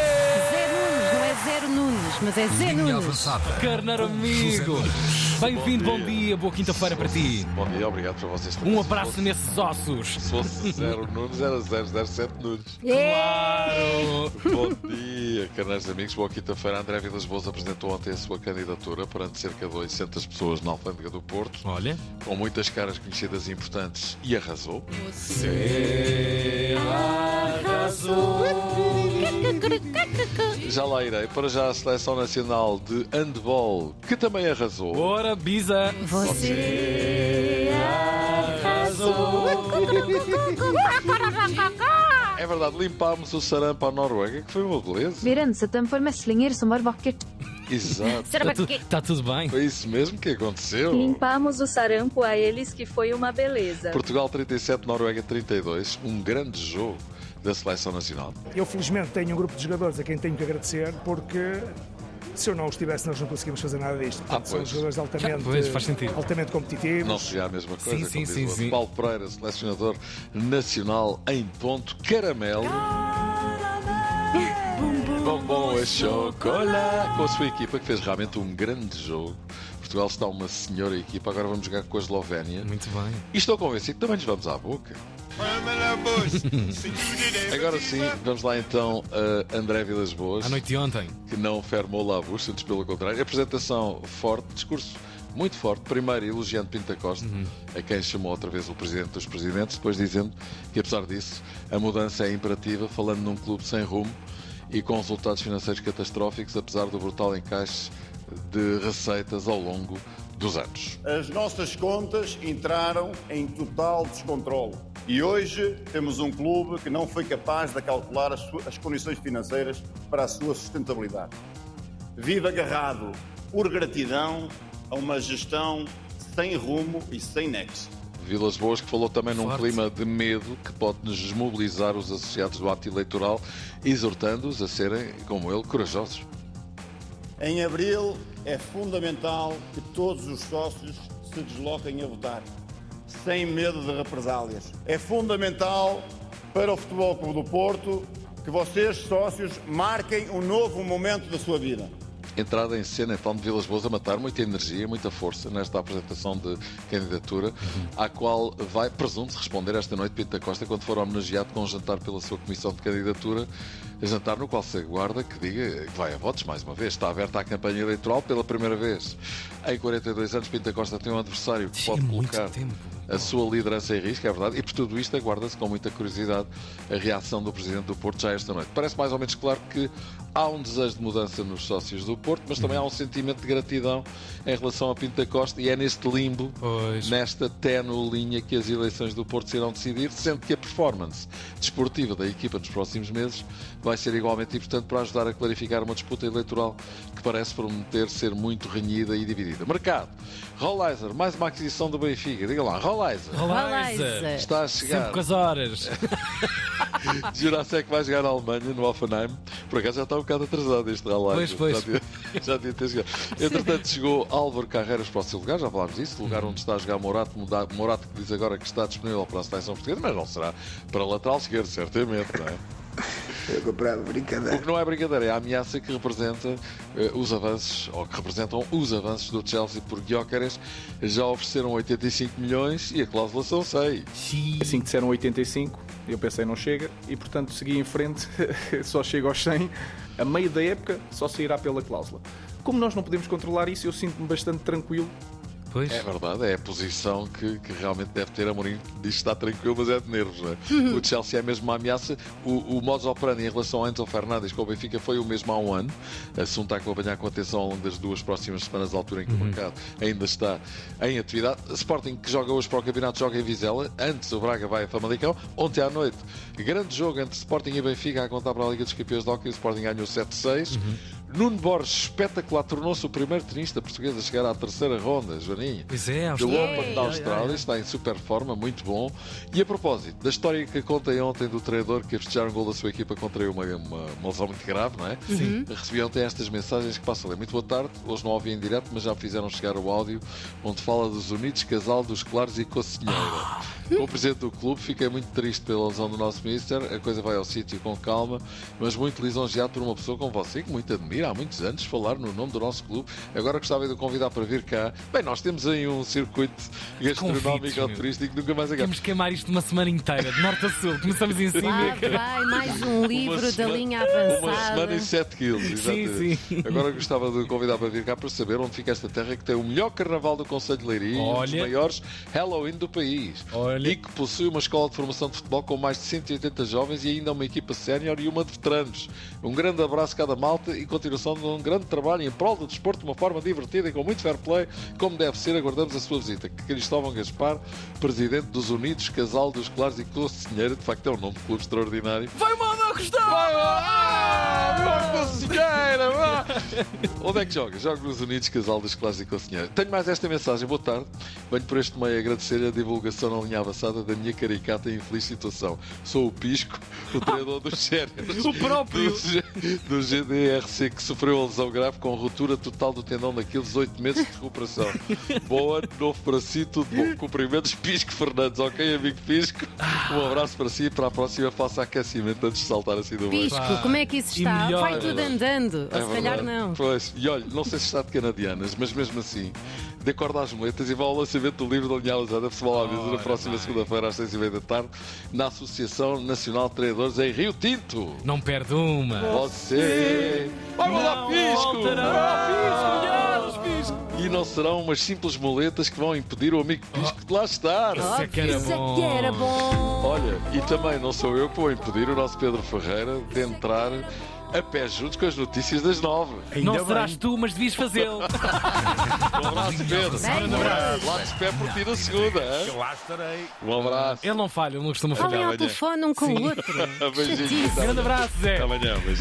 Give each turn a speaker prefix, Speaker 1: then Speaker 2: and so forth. Speaker 1: é mas é Zé
Speaker 2: Linha
Speaker 1: Nunes.
Speaker 2: avançada.
Speaker 3: Carneiro
Speaker 2: José
Speaker 3: amigo,
Speaker 2: Nunes.
Speaker 3: bem-vindo, bom
Speaker 4: Bom dia.
Speaker 3: dia, boa quinta-feira para ti.
Speaker 4: Bom dia, obrigado por vocês também.
Speaker 3: Um
Speaker 4: Se
Speaker 3: abraço
Speaker 4: fosse-
Speaker 3: nesses ossos.
Speaker 4: Se fosse zero Nunes, era 007 Nunes.
Speaker 3: É. Claro!
Speaker 4: Bom dia, canais amigos. Boa quinta-feira. André Vilas Boas apresentou ontem a sua candidatura perante cerca de 800 pessoas na Alfândega do Porto,
Speaker 3: Olha,
Speaker 4: com muitas caras conhecidas e importantes, e arrasou. Já lá irei. Para já a Seleção Nacional de Handball, que também arrasou.
Speaker 3: ora, Biza!
Speaker 1: Você
Speaker 3: tá
Speaker 4: É verdade, limpámos o sarampo à Noruega, que foi uma beleza.
Speaker 5: Virens at dem for meslinger, som var vakkert.
Speaker 4: Exato.
Speaker 1: será
Speaker 3: Está
Speaker 1: é que que-
Speaker 3: tá tudo bem?
Speaker 4: Foi isso mesmo que aconteceu.
Speaker 6: Limpamos o sarampo a eles, que foi uma beleza.
Speaker 4: Portugal 37, Noruega 32. Um grande jogo da Seleção Nacional.
Speaker 7: Eu felizmente tenho um grupo de jogadores a quem tenho que agradecer porque se eu não os tivesse nós não conseguimos fazer nada disto. Portanto, são
Speaker 4: pois.
Speaker 7: jogadores altamente,
Speaker 3: pois, faz sentido.
Speaker 7: altamente competitivos.
Speaker 4: Não seria a mesma coisa,
Speaker 3: Sim, sim,
Speaker 4: como diz
Speaker 3: sim,
Speaker 4: o outro.
Speaker 3: sim.
Speaker 4: Paulo Pereira, selecionador nacional em ponto, caramelo. Bombom a é chocolate. Com a sua equipa, que fez realmente um grande jogo. Portugal está uma senhora equipa, agora vamos jogar com a Eslovénia.
Speaker 3: Muito bem.
Speaker 4: E estou convencido que também nos vamos à boca. Agora sim, vamos lá então a André Vilas Boas,
Speaker 3: É À noite de ontem.
Speaker 4: que não fermou lá a bucha, antes pelo contrário. Apresentação forte, discurso muito forte. Primeiro elogiando Pinta Costa, a quem chamou outra vez o Presidente dos Presidentes, depois dizendo que, apesar disso, a mudança é imperativa, falando num clube sem rumo e com resultados financeiros catastróficos, apesar do brutal encaixe de receitas ao longo dos anos.
Speaker 8: As nossas contas entraram em total descontrole. E hoje temos um clube que não foi capaz de calcular as, su- as condições financeiras para a sua sustentabilidade. Vive agarrado por gratidão a uma gestão sem rumo e sem nexo.
Speaker 4: Vilas Boas, que falou também num
Speaker 3: Forte.
Speaker 4: clima de medo que pode desmobilizar os associados do ato eleitoral, exortando-os a serem, como ele, corajosos.
Speaker 8: Em abril é fundamental que todos os sócios se desloquem a votar, sem medo de represálias. É fundamental para o Futebol Clube do Porto que vocês, sócios, marquem um novo momento da sua vida.
Speaker 4: Entrada em cena, então, de Vilas Boas a matar muita energia, muita força nesta apresentação de candidatura,
Speaker 3: Uhum.
Speaker 4: à qual vai, presume-se, responder esta noite Pinto da Costa quando for homenageado com um jantar pela sua comissão de candidatura. Jantar no qual se aguarda que diga que vai a votos mais uma vez. Está aberta a campanha eleitoral pela primeira vez. Em 42 anos, Pinto da Costa tem um adversário que
Speaker 3: Sim,
Speaker 4: pode
Speaker 3: é muito
Speaker 4: colocar
Speaker 3: tempo.
Speaker 4: a sua liderança em risco, é verdade, e por tudo isto aguarda-se com muita curiosidade a reação do Presidente do Porto já esta noite. Parece mais ou menos claro que há um desejo de mudança nos sócios do Porto, mas também há um sentimento de gratidão em relação a Pinto da Costa e é neste limbo,
Speaker 3: Pois.
Speaker 4: nesta ténue linha que as eleições do Porto se irão decidir, sendo que a performance desportiva da equipa nos próximos meses vai ser igualmente importante para ajudar a clarificar uma disputa eleitoral que parece prometer ser muito renhida e dividida. Mercado. Rollizer, mais uma aquisição do Benfica. Diga lá, Rollizer.
Speaker 3: Olá,
Speaker 1: Valaiza.
Speaker 4: Está a
Speaker 3: Sempre
Speaker 4: chegar.
Speaker 3: com as horas.
Speaker 4: Jurassic vai jogar à Alemanha, no Offenheim. Por acaso já está um bocado atrasado este Ralai.
Speaker 3: Pois, pois.
Speaker 4: Já devia, já devia ter chegado. Entretanto, chegou Álvaro Carreiras para o seu lugar, já falámos disso. O lugar onde está a jogar Morato, muda- Morato que diz agora que está disponível para a seleção portuguesa, mas não será para lateral esquerdo, certamente, não é?
Speaker 9: Eu comprava
Speaker 4: O
Speaker 9: brincadeira.
Speaker 4: que não é brincadeira, é a ameaça que representa eh, os avanços, ou que representam os avanços do Chelsea por Guiócaras. Já ofereceram 85 milhões e a cláusula são 6.
Speaker 10: Assim que disseram 85, eu pensei não chega e portanto segui em frente, só chego aos 100. A meio da época só sairá pela cláusula. Como nós não podemos controlar isso, eu sinto-me bastante tranquilo.
Speaker 3: Pois.
Speaker 4: É verdade, é a posição que, que realmente deve ter Amorim. Diz que está tranquilo, mas é de nervos. Não é? o Chelsea é mesmo uma ameaça. O, o modus operandi em relação a Enzo Fernandes com o Benfica foi o mesmo há um ano. Assunto a é acompanhar com atenção ao longo das duas próximas semanas, da altura em que o mercado ainda está em atividade. Sporting, que joga hoje para o campeonato, joga em Vizela. Antes o Braga vai a Famalicão. Ontem à noite, grande jogo entre Sporting e Benfica a contar para a Liga dos Campeões de Hockey. O Sporting ganhou 7-6. Nuno Borges, espetacular, tornou-se o primeiro tenista português a chegar à terceira ronda, Joaninho.
Speaker 3: Pois é,
Speaker 4: Do
Speaker 3: Austrália.
Speaker 4: Open da Austrália, está em super forma, muito bom. E a propósito, da história que contei ontem do treinador que a festejar um gol da sua equipa contra uma, uma, uma lesão muito grave, não é? Sim. Recebi ontem estas mensagens que passo a ler. Muito boa tarde, hoje não ouvi em direto, mas já me fizeram chegar o áudio onde fala dos unidos, casal dos claros e com a senhora. Como presidente do clube, fiquei muito triste pela lesão do nosso ministro, a coisa vai ao sítio com calma, mas muito lisonjeado por uma pessoa como você, que muito admiro, há muitos anos falar no nome do nosso clube. Agora gostava de o convidar para vir cá. Bem, nós temos aí um circuito
Speaker 3: Convites,
Speaker 4: gastronómico ou
Speaker 3: meu.
Speaker 4: é turístico, nunca mais acaba.
Speaker 3: Temos que queimar isto uma semana inteira, de norte a sul. Começamos em
Speaker 1: Lá
Speaker 3: cima.
Speaker 1: vai mais um livro da
Speaker 4: semana-
Speaker 1: linha
Speaker 4: Uma semana
Speaker 1: avançada.
Speaker 4: e 7 quilos, exatamente.
Speaker 3: sim.
Speaker 4: Agora gostava de convidar para vir cá para saber onde fica esta terra que tem o melhor carnaval do Conselho de Leiria, e um dos
Speaker 3: Olha.
Speaker 4: maiores Halloween do país.
Speaker 3: Olha.
Speaker 4: E que possui uma escola de formação de futebol com mais de 180 jovens e ainda uma equipa sénior e uma de veteranos. Um grande abraço a cada malta e continuação de um grande trabalho em prol do desporto de uma forma divertida e com muito fair play, como deve ser. Aguardamos a sua visita. Cristóvão Gaspar, presidente dos Unidos Casal dos Claros e Cocinheira, de facto é um nome de clube extraordinário.
Speaker 3: Vai mal, não gostava!
Speaker 4: Ah, Morta Senhora! vá! Onde é que joga? Jogo nos Unidos Casal dos Clássicos Senhora. Tenho mais esta mensagem. Boa tarde. Venho por este meio agradecer a divulgação na linha avançada da minha caricata e infeliz situação. Sou o Pisco, o treinador dos sérios.
Speaker 3: O próprio.
Speaker 4: Do, G- do GDRC que sofreu a lesão grave com ruptura total do tendão daqueles 8 meses de recuperação. Boa, ano novo para si, tudo bom. Cumprimentos, Pisco Fernandes, ok, amigo Pisco? Um abraço para si e para a próxima faça aquecimento antes de saltar assim do banho.
Speaker 1: Pisco, como é que isso
Speaker 3: E
Speaker 1: está?
Speaker 3: melhor.
Speaker 1: Vai tudo andando. Ou se calhar
Speaker 4: É verdade.
Speaker 1: não.
Speaker 4: Pois, e olha, não sei se está de canadianas, mas mesmo assim, de acordo às moletas e vá ao lançamento do livro da Linha Alzada Futebol à Mesa na
Speaker 3: Ora
Speaker 4: próxima
Speaker 3: bem.
Speaker 4: segunda-feira às 6h30 da tarde, na Associação Nacional de Treinadores em Rio Tinto.
Speaker 3: Não perde uma.
Speaker 4: Você vai mudar
Speaker 3: Não
Speaker 4: pisco!
Speaker 3: voltará.
Speaker 4: Vai mudar pisco! E não serão umas simples moletas que vão impedir o amigo pisco de lá estar.
Speaker 3: Isso é que era
Speaker 1: Isso é
Speaker 3: bom.
Speaker 1: que era bom.
Speaker 4: Olha, e também não sou eu que vou impedir o nosso Pedro Ferreira de entrar a pé junto com as notícias das nove.
Speaker 3: Não serás tu, mas devias fazê-lo.
Speaker 4: Um abraço, Pedro.
Speaker 1: Bem,
Speaker 4: Um abraço. Lá te espero por ti na segunda. hein?
Speaker 2: Lá estarei.
Speaker 4: Um abraço.
Speaker 3: Ele não falha, ele não costuma
Speaker 1: Falem
Speaker 3: falhar.
Speaker 1: ao telefone um com o outro.
Speaker 4: Beijinho. tá
Speaker 1: Chatice.
Speaker 3: Grande abraço, Zé.
Speaker 4: Até amanhã, beijinho.